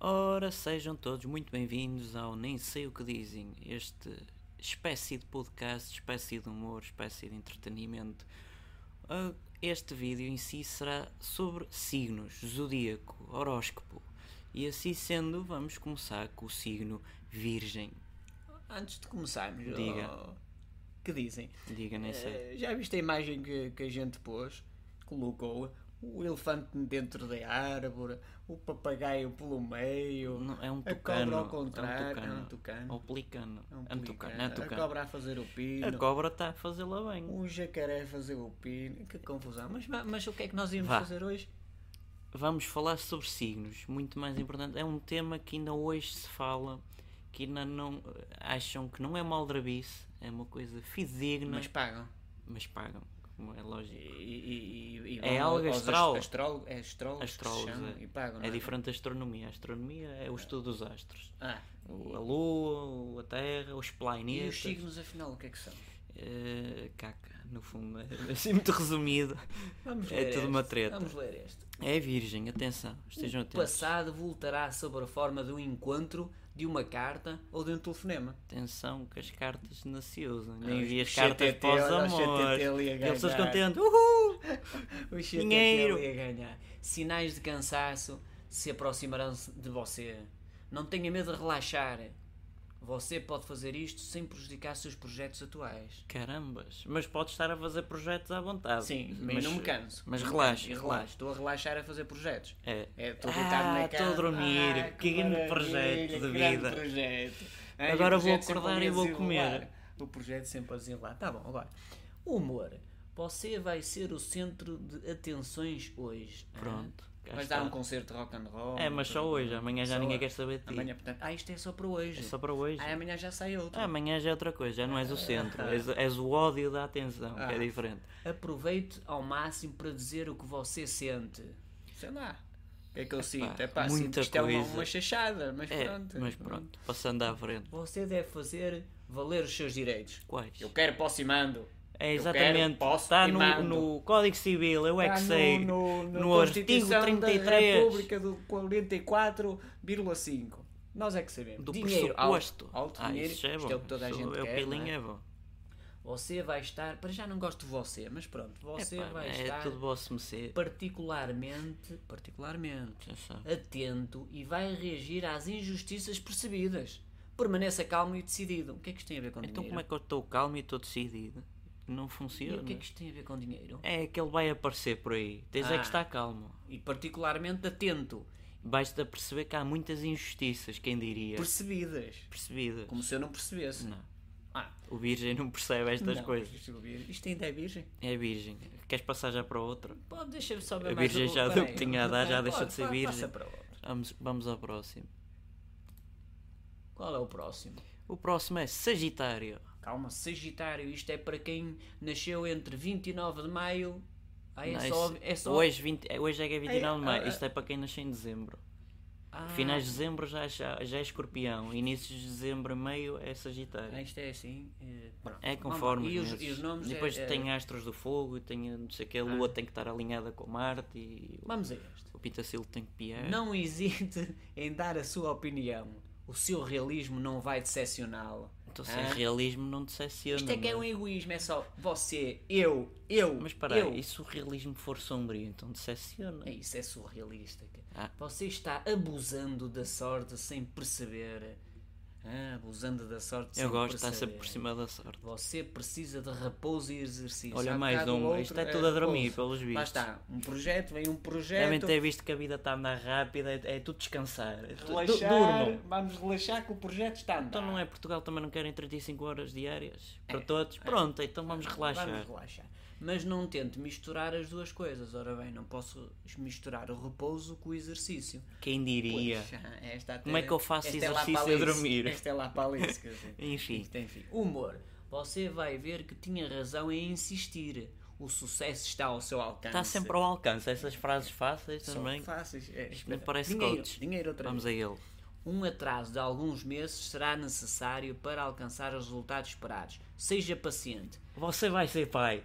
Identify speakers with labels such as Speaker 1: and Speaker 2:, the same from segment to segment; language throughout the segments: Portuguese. Speaker 1: Ora, sejam todos muito bem-vindos ao Nem Sei O Que Dizem, este espécie de podcast, espécie de humor, espécie de entretenimento. Ah, Este vídeo em si será sobre signos, zodíaco, horóscopo. E assim sendo, vamos começar com o signo Virgem.
Speaker 2: Antes de começarmos,
Speaker 1: Diga.
Speaker 2: oh, que dizem?
Speaker 1: Diga, nem sei.
Speaker 2: Eh, já viste a imagem que, que a gente pôs? Colocou o elefante dentro da árvore, o papagaio pelo meio,
Speaker 1: Não, é um
Speaker 2: a cobra
Speaker 1: tucano.
Speaker 2: ao contrário, é
Speaker 1: É
Speaker 2: um
Speaker 1: tucano.
Speaker 2: tucano,
Speaker 1: Ou pelicano.
Speaker 2: é um
Speaker 1: É um tucano. É um
Speaker 2: pelicano, a
Speaker 1: tucano.
Speaker 2: cobra a fazer o
Speaker 1: A
Speaker 2: pino,
Speaker 1: cobra está a fazê-la bem.
Speaker 2: um jacaré a fazer o pino, que confusão. Mas, vá- mas o que é que nós íamos
Speaker 1: Vá.
Speaker 2: fazer hoje?
Speaker 1: vamos falar sobre signos, muito mais importante. É um tema que ainda hoje se fala, que ainda não acham que não é maldrabice, é uma coisa fidedigna,
Speaker 2: Mas
Speaker 1: mas,
Speaker 2: pagam.
Speaker 1: pagam, como é
Speaker 2: E,
Speaker 1: lógico.
Speaker 2: e- e- e
Speaker 1: É
Speaker 2: vão
Speaker 1: algo
Speaker 2: aos
Speaker 1: astral.
Speaker 2: astrólogos- é astrólogos que se
Speaker 1: Astrólogos,
Speaker 2: chamam
Speaker 1: é.
Speaker 2: e pagam, não
Speaker 1: É diferente da astronomia. A astronomia é o estudo dos astros.
Speaker 2: Ah,
Speaker 1: O- A Lua, o- a Terra, os
Speaker 2: e
Speaker 1: planetas.
Speaker 2: os signos afinal o que é que são?
Speaker 1: eh, caca, no fundo. É assim muito resumido.
Speaker 2: Vamos
Speaker 1: É
Speaker 2: ler
Speaker 1: tudo
Speaker 2: este.
Speaker 1: uma treta.
Speaker 2: Vamos ler este.
Speaker 1: É virgem, atenção, estejam
Speaker 2: O
Speaker 1: atentos.
Speaker 2: passado voltará sob a forma de um encontro, de uma carta ou de um telefonema.
Speaker 1: Atenção que as cartas não se usam.
Speaker 2: Ah,
Speaker 1: Nem vi as
Speaker 2: os
Speaker 1: cartas
Speaker 2: CTT,
Speaker 1: para os
Speaker 2: olha, os
Speaker 1: amores.
Speaker 2: CTT ali a
Speaker 1: E as pessoas
Speaker 2: ganhar.
Speaker 1: contentes. Uhul!
Speaker 2: O CTT
Speaker 1: Dinheiro.
Speaker 2: ali a ganhar. Sinais de cansaço se aproximarão de você. Não tenha medo de relaxar. Você pode fazer isto sem prejudicar seus projetos atuais.
Speaker 1: Carambas, mas pode estar a fazer projetos à vontade.
Speaker 2: Sim, mas não me canso.
Speaker 1: Mas
Speaker 2: Não me
Speaker 1: relaxa,
Speaker 2: canso. E
Speaker 1: relaxa.
Speaker 2: Estou a relaxar a fazer projetos.
Speaker 1: É.
Speaker 2: É, estou deitado
Speaker 1: Ah,
Speaker 2: na
Speaker 1: estou a
Speaker 2: cama.
Speaker 1: dormir.
Speaker 2: Ah,
Speaker 1: que grande
Speaker 2: maravilha,
Speaker 1: projeto de
Speaker 2: que grande
Speaker 1: vida.
Speaker 2: projeto. Ai,
Speaker 1: Agora
Speaker 2: o
Speaker 1: vou
Speaker 2: projeto
Speaker 1: acordar
Speaker 2: sempre
Speaker 1: e
Speaker 2: a
Speaker 1: vou
Speaker 2: desenrolar.
Speaker 1: comer.
Speaker 2: O projeto sempre a desenrolar. Tá bom, agora. Humor. Você vai ser o centro de atenções hoje. Ah, hã?
Speaker 1: Pronto, cá
Speaker 2: Vais
Speaker 1: está.
Speaker 2: dar um concerto de rock and roll.
Speaker 1: É, mas só hoje. Amanhã já
Speaker 2: Só
Speaker 1: ninguém
Speaker 2: hoje.
Speaker 1: quer saber de ti.
Speaker 2: Amanhã, portanto, ah, isto é só para hoje.
Speaker 1: É só para hoje.
Speaker 2: Ah, amanhã já sai outro.
Speaker 1: Amanhã já é outra coisa, já não és o centro. És, és o ódio da atenção, que é
Speaker 2: Ah.
Speaker 1: diferente.
Speaker 2: Aproveite ao máximo para dizer o que você sente. Sei lá. O que é que eu sinto? É pá,
Speaker 1: muita
Speaker 2: sinto que isto é uma,
Speaker 1: coisa.
Speaker 2: uma chachada, mas
Speaker 1: É,
Speaker 2: pronto.
Speaker 1: mas pronto, passando à frente.
Speaker 2: Você deve fazer valer os seus direitos.
Speaker 1: Quais?
Speaker 2: Eu quero, posso e mando.
Speaker 1: É
Speaker 2: Eu
Speaker 1: exatamente.
Speaker 2: quero, posso
Speaker 1: Está
Speaker 2: e
Speaker 1: no,
Speaker 2: mando.
Speaker 1: no Código Civil, eu é
Speaker 2: Está
Speaker 1: que sei.
Speaker 2: Ah, No, no,
Speaker 1: no
Speaker 2: na
Speaker 1: artigo
Speaker 2: Constituição
Speaker 1: 33.
Speaker 2: Da República do 44,5. Nós é que sabemos.
Speaker 1: Do
Speaker 2: dinheiro,
Speaker 1: pressuposto.
Speaker 2: Alto, alto
Speaker 1: ah,
Speaker 2: dinheiro.
Speaker 1: isso já é bom.
Speaker 2: Isto é o que toda a
Speaker 1: Isso
Speaker 2: gente
Speaker 1: é o
Speaker 2: quer.
Speaker 1: pilinho,
Speaker 2: não é?
Speaker 1: é bom.
Speaker 2: Você vai estar. Para já não gosto de você, mas pronto. Você
Speaker 1: Epá,
Speaker 2: vai
Speaker 1: é
Speaker 2: estar
Speaker 1: tudo vosso mecer.
Speaker 2: particularmente. Particularmente.
Speaker 1: Atenção.
Speaker 2: atento e vai reagir às injustiças percebidas. Permaneça calmo e decidido. O que é que isto tem a ver com
Speaker 1: Então
Speaker 2: dinheiro?
Speaker 1: como é né? que eu estou calmo e estou decidido? Não
Speaker 2: E
Speaker 1: funciona.
Speaker 2: o que é que isto tem a ver com dinheiro?
Speaker 1: É que ele vai aparecer por aí. Tens é
Speaker 2: Ah.
Speaker 1: que estar calmo.
Speaker 2: E particularmente atento,
Speaker 1: Basta perceber que há muitas injustiças, quem diria.
Speaker 2: percebidas.
Speaker 1: Percebidas.
Speaker 2: Como se eu não percebesse.
Speaker 1: Não.
Speaker 2: Ah,
Speaker 1: O virgem não percebe estas
Speaker 2: não,
Speaker 1: coisas.
Speaker 2: Isto, é vir- isto ainda é virgem?
Speaker 1: É virgem. Queres passar já para outra?
Speaker 2: Pode, deixa-me só ver
Speaker 1: A
Speaker 2: mais
Speaker 1: virgem
Speaker 2: o-
Speaker 1: já deu
Speaker 2: peraí.
Speaker 1: o que tinha a dar, já
Speaker 2: Pode,
Speaker 1: deixou de ser
Speaker 2: pode,
Speaker 1: virgem.
Speaker 2: Passa para outro.
Speaker 1: Vamos, vamos ao próximo.
Speaker 2: Qual é o próximo?
Speaker 1: O próximo é Sagitário.
Speaker 2: Calma, Sagitário, isto é para quem nasceu entre 29 de maio. Ah, é
Speaker 1: Não,
Speaker 2: só.
Speaker 1: isso-
Speaker 2: É só
Speaker 1: hoje, 20 é- hoje é que é 29 de
Speaker 2: Ai,
Speaker 1: maio.
Speaker 2: ah,
Speaker 1: Isto é para quem nasceu em dezembro.
Speaker 2: Ah,
Speaker 1: Finais de dezembro já, já, já é escorpião. Inícios de dezembro, meio é
Speaker 2: Ah,
Speaker 1: Sagitário.
Speaker 2: Isto é assim. eh, pronto.
Speaker 1: É
Speaker 2: Vamos lá.
Speaker 1: conforme.
Speaker 2: E
Speaker 1: os
Speaker 2: os, e os
Speaker 1: meses.
Speaker 2: nomes. é-
Speaker 1: Depois
Speaker 2: é- Ah.
Speaker 1: tem astros do fogo, tem eh, não sei o que, a lua tem que estar alinhada com Marte e o,
Speaker 2: Vamos a este.
Speaker 1: o Pitacilo tem que piar.
Speaker 2: Não hesite em dar a sua opinião. O seu realismo não vai decepcioná-lo.
Speaker 1: Então sem
Speaker 2: Ah,
Speaker 1: realismo não decepciona.
Speaker 2: Isto é que é
Speaker 1: não
Speaker 2: um egoísmo, é só você, eu, eu.
Speaker 1: Mas para aí,
Speaker 2: eu.
Speaker 1: e se o realismo for sombrio, então decepciona.
Speaker 2: É Isso é surrealista. cara.
Speaker 1: Ah.
Speaker 2: Você está abusando da sorte sem perceber. Ah, abusando da sorte sem
Speaker 1: Eu gosto, está
Speaker 2: perceber.
Speaker 1: sempre por cima da sorte.
Speaker 2: Você precisa de repouso e exercício.
Speaker 1: Olha,
Speaker 2: Há
Speaker 1: mais
Speaker 2: bocado
Speaker 1: um.
Speaker 2: o outro
Speaker 1: Isto é tudo a dormir,
Speaker 2: repouso.
Speaker 1: pelos
Speaker 2: Lá
Speaker 1: vistos.
Speaker 2: está. Um projeto, vem um projeto.
Speaker 1: Devem ter visto que a vida está a andar rápida, é, é tudo descansar. É tu- du-
Speaker 2: Relaxar,
Speaker 1: Durmam.
Speaker 2: vamos relaxar que o projeto está a andar.
Speaker 1: Então não é Portugal também não querem 35 horas diárias para todos? Pronto, então vamos relaxar.
Speaker 2: É. Vamos relaxar. Mas não tente misturar as duas coisas. Ora bem, não posso misturar o repouso com o exercício.
Speaker 1: Quem diria?
Speaker 2: Pois, ah, esta até-
Speaker 1: Como é que eu faço
Speaker 2: esta é lá
Speaker 1: exercício
Speaker 2: para
Speaker 1: a dormir?
Speaker 2: Esta é lá para a Alice, quer dizer.
Speaker 1: Enfim,
Speaker 2: Isto, enfim. Humor. Você vai ver que tinha razão em insistir. O sucesso está ao seu alcance.
Speaker 1: está sempre ao alcance. Essas frases fáceis
Speaker 2: São
Speaker 1: também.
Speaker 2: fáceis. É,
Speaker 1: Isto não parece
Speaker 2: dinheiro,
Speaker 1: coach.
Speaker 2: Dinheiro outra
Speaker 1: Vamos a ele.
Speaker 2: Um atraso de alguns meses será necessário para alcançar os resultados esperados. Seja paciente.
Speaker 1: Você vai ser pai.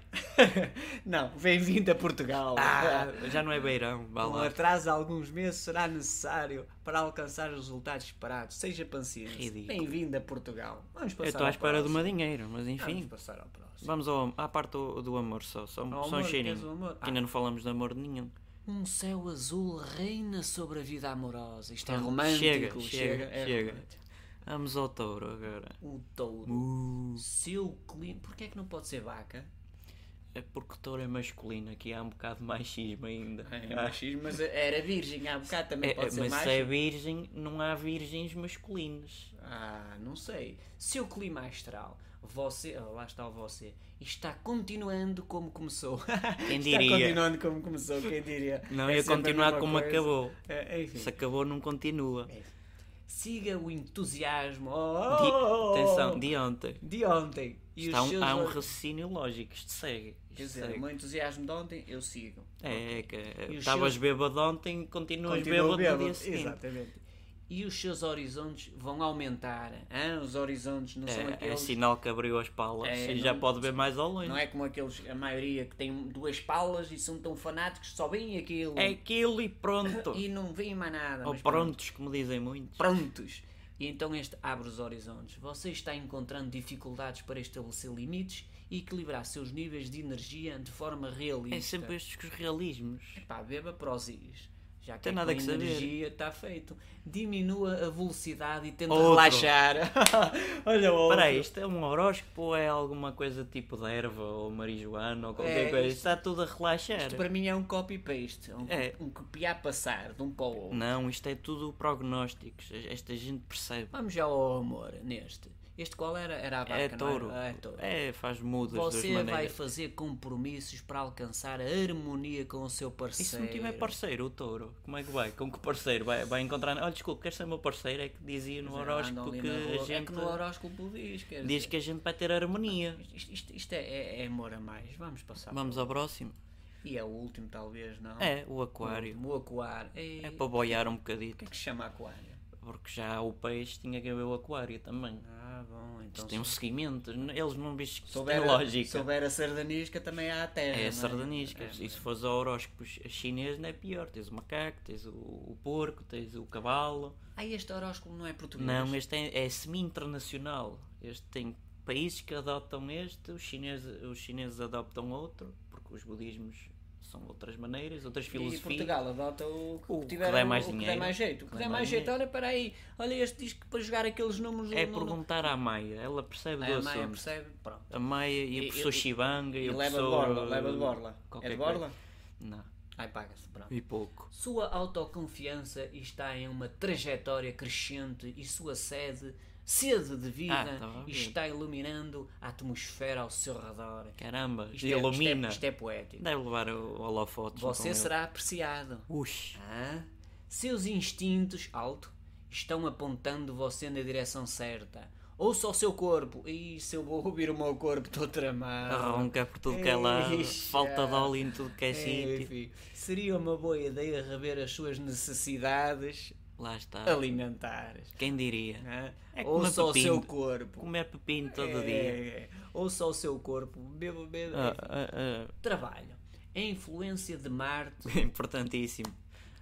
Speaker 2: Não, bem-vindo a Portugal.
Speaker 1: Ah, já não é beirão, vá
Speaker 2: Um
Speaker 1: lá.
Speaker 2: atraso de alguns meses será necessário para alcançar os resultados esperados. Seja paciente.
Speaker 1: Ridículo.
Speaker 2: Bem-vindo a Portugal. Vamos
Speaker 1: Eu
Speaker 2: passar
Speaker 1: estou à
Speaker 2: ao
Speaker 1: espera do
Speaker 2: próximo.
Speaker 1: meu dinheiro, mas
Speaker 2: Vamos
Speaker 1: enfim.
Speaker 2: passar ao próximo.
Speaker 1: Vamos ao, à parte do, do amor só. Só, um-
Speaker 2: Ao
Speaker 1: só um
Speaker 2: amor, queres o
Speaker 1: cheirinho.
Speaker 2: amor?
Speaker 1: Que ainda não falamos de amor nenhum.
Speaker 2: Um céu azul reina sobre a vida amorosa. Isto é
Speaker 1: Pronto,
Speaker 2: romântico.
Speaker 1: Então, chega, chega,
Speaker 2: é
Speaker 1: chega.
Speaker 2: romântico.
Speaker 1: Vamos ao touro agora.
Speaker 2: O touro.
Speaker 1: Uh,
Speaker 2: Seu clima. Porquê é que não pode ser vaca?
Speaker 1: é porque touro é masculino, aqui há um bocado de machismo ainda.
Speaker 2: É
Speaker 1: Ah,
Speaker 2: machismo, mas era virgem há bocado também
Speaker 1: é-
Speaker 2: pode
Speaker 1: é,
Speaker 2: ser
Speaker 1: mas
Speaker 2: macho.
Speaker 1: se é virgem, não há virgens masculinas.
Speaker 2: Ah, não sei. Seu clima astral. Você, oh, lá está o você, está continuando como começou.
Speaker 1: Quem
Speaker 2: Está
Speaker 1: diria?
Speaker 2: continuando como começou, quem diria?
Speaker 1: Não
Speaker 2: É
Speaker 1: ia
Speaker 2: sempre a
Speaker 1: continuar
Speaker 2: mesma
Speaker 1: como
Speaker 2: coisa.
Speaker 1: acabou.
Speaker 2: É, enfim.
Speaker 1: Se acabou, não continua. Di-
Speaker 2: Siga o entusiasmo. Oh, oh, oh,
Speaker 1: Atenção,
Speaker 2: oh,
Speaker 1: de ontem.
Speaker 2: de ontem. E
Speaker 1: Está
Speaker 2: os
Speaker 1: um,
Speaker 2: seus
Speaker 1: há um
Speaker 2: olhos-
Speaker 1: raciocínio lógico, isto segue. Isto
Speaker 2: Quer dizer, o
Speaker 1: segue.
Speaker 2: meu entusiasmo de ontem, eu sigo.
Speaker 1: É, é que
Speaker 2: E os
Speaker 1: estavas bêbado ontem e continuas é
Speaker 2: Continuo
Speaker 1: bêbado, no dia
Speaker 2: bêbado,
Speaker 1: seguinte.
Speaker 2: Exatamente. E os seus horizontes vão aumentar. hã? Os horizontes não são
Speaker 1: É, é
Speaker 2: aqueles.
Speaker 1: sinal que abriu as palas
Speaker 2: É,
Speaker 1: e
Speaker 2: não-
Speaker 1: já pode ver mais ao longe.
Speaker 2: Não é como aqueles, a maioria que tem duas palas e são tão fanáticos, só veem aquilo
Speaker 1: É aquilo e pronto.
Speaker 2: e não veem mais nada.
Speaker 1: Ou
Speaker 2: mas
Speaker 1: prontos, como dizem muitos.
Speaker 2: Prontos. E então este abre os horizontes. Você está encontrando dificuldades para estabelecer limites e equilibrar seus níveis de energia de forma realista.
Speaker 1: É sempre estes que os realismos.
Speaker 2: Pá, beba Prozis. Já que
Speaker 1: Tem
Speaker 2: é
Speaker 1: nada
Speaker 2: com
Speaker 1: que saber.
Speaker 2: energia está feito. Diminua a velocidade e tenta
Speaker 1: Outro.
Speaker 2: relaxar. Olha o outro.
Speaker 1: Espera aí, isto é um horóscopo ou é alguma coisa tipo de erva ou marijuana ou qualquer
Speaker 2: É,
Speaker 1: coisa?
Speaker 2: isto-
Speaker 1: Está tudo a relaxar.
Speaker 2: Isto para mim é um copy-paste. Um,
Speaker 1: É.
Speaker 2: um copiar-passar de um para o outro.
Speaker 1: Não, isto é tudo prognósticos. Esta gente percebe.
Speaker 2: Vamos já ao amor neste. Este qual era? Era a vaca,
Speaker 1: É
Speaker 2: não
Speaker 1: touro.
Speaker 2: era? É touro.
Speaker 1: É, faz mudas das duas
Speaker 2: Você vai
Speaker 1: maneiras.
Speaker 2: fazer compromissos para alcançar a harmonia com o seu
Speaker 1: E
Speaker 2: parceiro.
Speaker 1: se não tiver parceiro, o touro, como é que vai? Com que parceiro? Vai, vai encontrar. Olha, desculpa, quer ser meu parceiro? É que dizia no
Speaker 2: Andam
Speaker 1: horóscopo
Speaker 2: ali
Speaker 1: que
Speaker 2: na rua.
Speaker 1: a
Speaker 2: É
Speaker 1: gente.
Speaker 2: que no horóscopo diz, quer
Speaker 1: Diz
Speaker 2: dizer.
Speaker 1: que a gente vai ter harmonia.
Speaker 2: Isto, isto- isto é, é- é amor a mais. Vamos passar.
Speaker 1: Vamos ao próximo.
Speaker 2: E é o último, talvez, não?
Speaker 1: É, o
Speaker 2: O
Speaker 1: aquário.
Speaker 2: último, O aquário. Ei,
Speaker 1: É
Speaker 2: O
Speaker 1: para boiar um bocadito.
Speaker 2: que é que se chama aquário?
Speaker 1: Porque já o peixe tinha que haver o aquário também.
Speaker 2: Ah, bom, então.
Speaker 1: Tem um seguimento. Eles não bichos que
Speaker 2: souber,
Speaker 1: têm lógica.
Speaker 2: se souber a sardanisca, também há a terra. não
Speaker 1: É
Speaker 2: é?
Speaker 1: sardaniscas.
Speaker 2: É,
Speaker 1: E se fores ao horóscopo chinês, não é pior. Tens o macaco, tens o, o porco, tens o cavalo.
Speaker 2: Ah, este horóscopo não é português.
Speaker 1: Não, este é, é semi-internacional. Este tem países que adotam este, os chineses, os chineses adoptam outro, porque os budismos são outras maneiras, outras
Speaker 2: E
Speaker 1: filosofias.
Speaker 2: Portugal adota o que,
Speaker 1: O que
Speaker 2: tiver,
Speaker 1: der
Speaker 2: o-
Speaker 1: mais
Speaker 2: o que der
Speaker 1: dinheiro.
Speaker 2: mais jeito. O que der mais jeito, olha para aí. Olha, este diz que para jogar aqueles números.
Speaker 1: É
Speaker 2: não- não-
Speaker 1: perguntar à Maia, ela percebe
Speaker 2: um Ah,
Speaker 1: do
Speaker 2: a Maia
Speaker 1: assunto.
Speaker 2: percebe, pronto.
Speaker 1: A Maia e
Speaker 2: E-
Speaker 1: o
Speaker 2: e-
Speaker 1: professor
Speaker 2: e-
Speaker 1: Chibanga e,
Speaker 2: E
Speaker 1: o
Speaker 2: leva de
Speaker 1: professor...
Speaker 2: borla, leva de borla.
Speaker 1: qualquer
Speaker 2: É de
Speaker 1: coisa.
Speaker 2: borla?
Speaker 1: Não,
Speaker 2: Ai, paga-se, pronto.
Speaker 1: e pouco.
Speaker 2: Sua autoconfiança está em uma trajetória crescente e sua sede, sede de
Speaker 1: Ah,
Speaker 2: vida,
Speaker 1: estava a ver.
Speaker 2: está iluminando a atmosfera ao seu redor.
Speaker 1: Caramba,
Speaker 2: é-
Speaker 1: ilumina.
Speaker 2: Isto é, isto é poético.
Speaker 1: Deve levar o holofotes. não
Speaker 2: Você
Speaker 1: com ele.
Speaker 2: será apreciado.
Speaker 1: Ux.
Speaker 2: Hã? Seus instintos alto estão apontando você na direção certa. Ouça o seu corpo. Ih, se eu vou ouvir o meu corpo, estou tramado.
Speaker 1: Ronca por tudo que é lado,
Speaker 2: Ixi,
Speaker 1: falta de
Speaker 2: ah.
Speaker 1: óleo em tudo que é sítio.
Speaker 2: Enfim, seria uma boa ideia rever as suas necessidades
Speaker 1: Lá está.
Speaker 2: alimentares.
Speaker 1: Quem diria?
Speaker 2: Hã?
Speaker 1: Ah. É como
Speaker 2: Ouça o
Speaker 1: pepino.
Speaker 2: seu corpo.
Speaker 1: Comer pepino todo
Speaker 2: É,
Speaker 1: dia.
Speaker 2: é, é. Ouça o seu corpo. Beba, beba.
Speaker 1: Ah,
Speaker 2: enfim.
Speaker 1: ah,
Speaker 2: Trabalho. A influência de Marte.
Speaker 1: ah, Importantíssimo.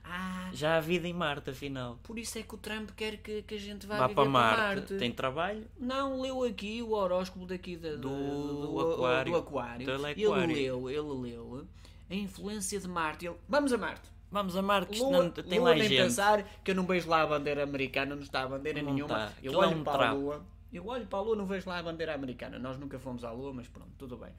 Speaker 2: Ah,
Speaker 1: Já há vida em Marte, afinal.
Speaker 2: por isso é que o Trump quer que, que a gente vá,
Speaker 1: Vá
Speaker 2: viver
Speaker 1: para
Speaker 2: para
Speaker 1: Marte. Tem trabalho?
Speaker 2: Não, leu aqui o horóscopo daqui da- da-
Speaker 1: Do
Speaker 2: do
Speaker 1: Aquário.
Speaker 2: aquário.
Speaker 1: Então ele é
Speaker 2: ele
Speaker 1: aquário.
Speaker 2: leu, ele leu. A influência de Marte. Ele... Vamos a Marte.
Speaker 1: Vamos a Marte, que isto
Speaker 2: Lua,
Speaker 1: não tem
Speaker 2: Lua
Speaker 1: lá
Speaker 2: nem
Speaker 1: gente.
Speaker 2: pensar que eu não vejo lá a bandeira americana, não está a bandeira
Speaker 1: Não
Speaker 2: nenhuma.
Speaker 1: está.
Speaker 2: Eu
Speaker 1: Aquilo é
Speaker 2: olho
Speaker 1: um
Speaker 2: para a
Speaker 1: trapo.
Speaker 2: Lua, eu olho para a Lua, não vejo lá a bandeira americana. Nós nunca fomos à Lua, mas pronto, tudo bem.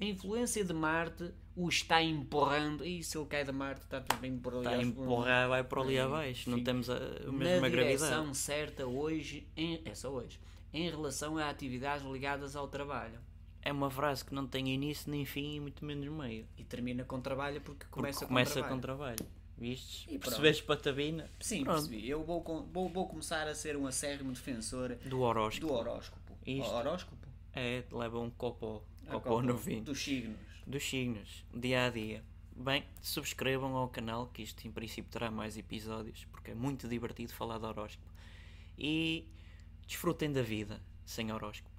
Speaker 2: A influência de Marte o está empurrando. é E se ele cai de Marte, está também por ali.
Speaker 1: Está a
Speaker 2: aos-
Speaker 1: empurrar, Tá vai para ali
Speaker 2: Enfim.
Speaker 1: abaixo. Não temos a, a
Speaker 2: na
Speaker 1: mesma gravidade.
Speaker 2: direção certa hoje, em, é só hoje, em relação a atividades ligadas ao trabalho.
Speaker 1: É uma frase que não tem início nem fim e muito menos meio.
Speaker 2: E termina com trabalho porque
Speaker 1: Porque
Speaker 2: começa,
Speaker 1: começa,
Speaker 2: com
Speaker 1: com
Speaker 2: trabalho.
Speaker 1: trabalho. Vistes?
Speaker 2: pronto.
Speaker 1: Percebeste patabina?
Speaker 2: Sim,
Speaker 1: Pronto.
Speaker 2: percebi. Eu vou, com- vou, vou começar a ser um acérrimo defensor
Speaker 1: Do horóscopo.
Speaker 2: do horóscopo.
Speaker 1: Isto.
Speaker 2: Horóscopo?
Speaker 1: É, leva um copo,
Speaker 2: Ah,
Speaker 1: copo no vinho.
Speaker 2: Dos signos.
Speaker 1: dos signos, dia a dia. Bem, subscrevam ao canal que isto em princípio terá mais episódios porque é muito divertido falar de horóscopo. e desfrutem da vida sem horóscopo.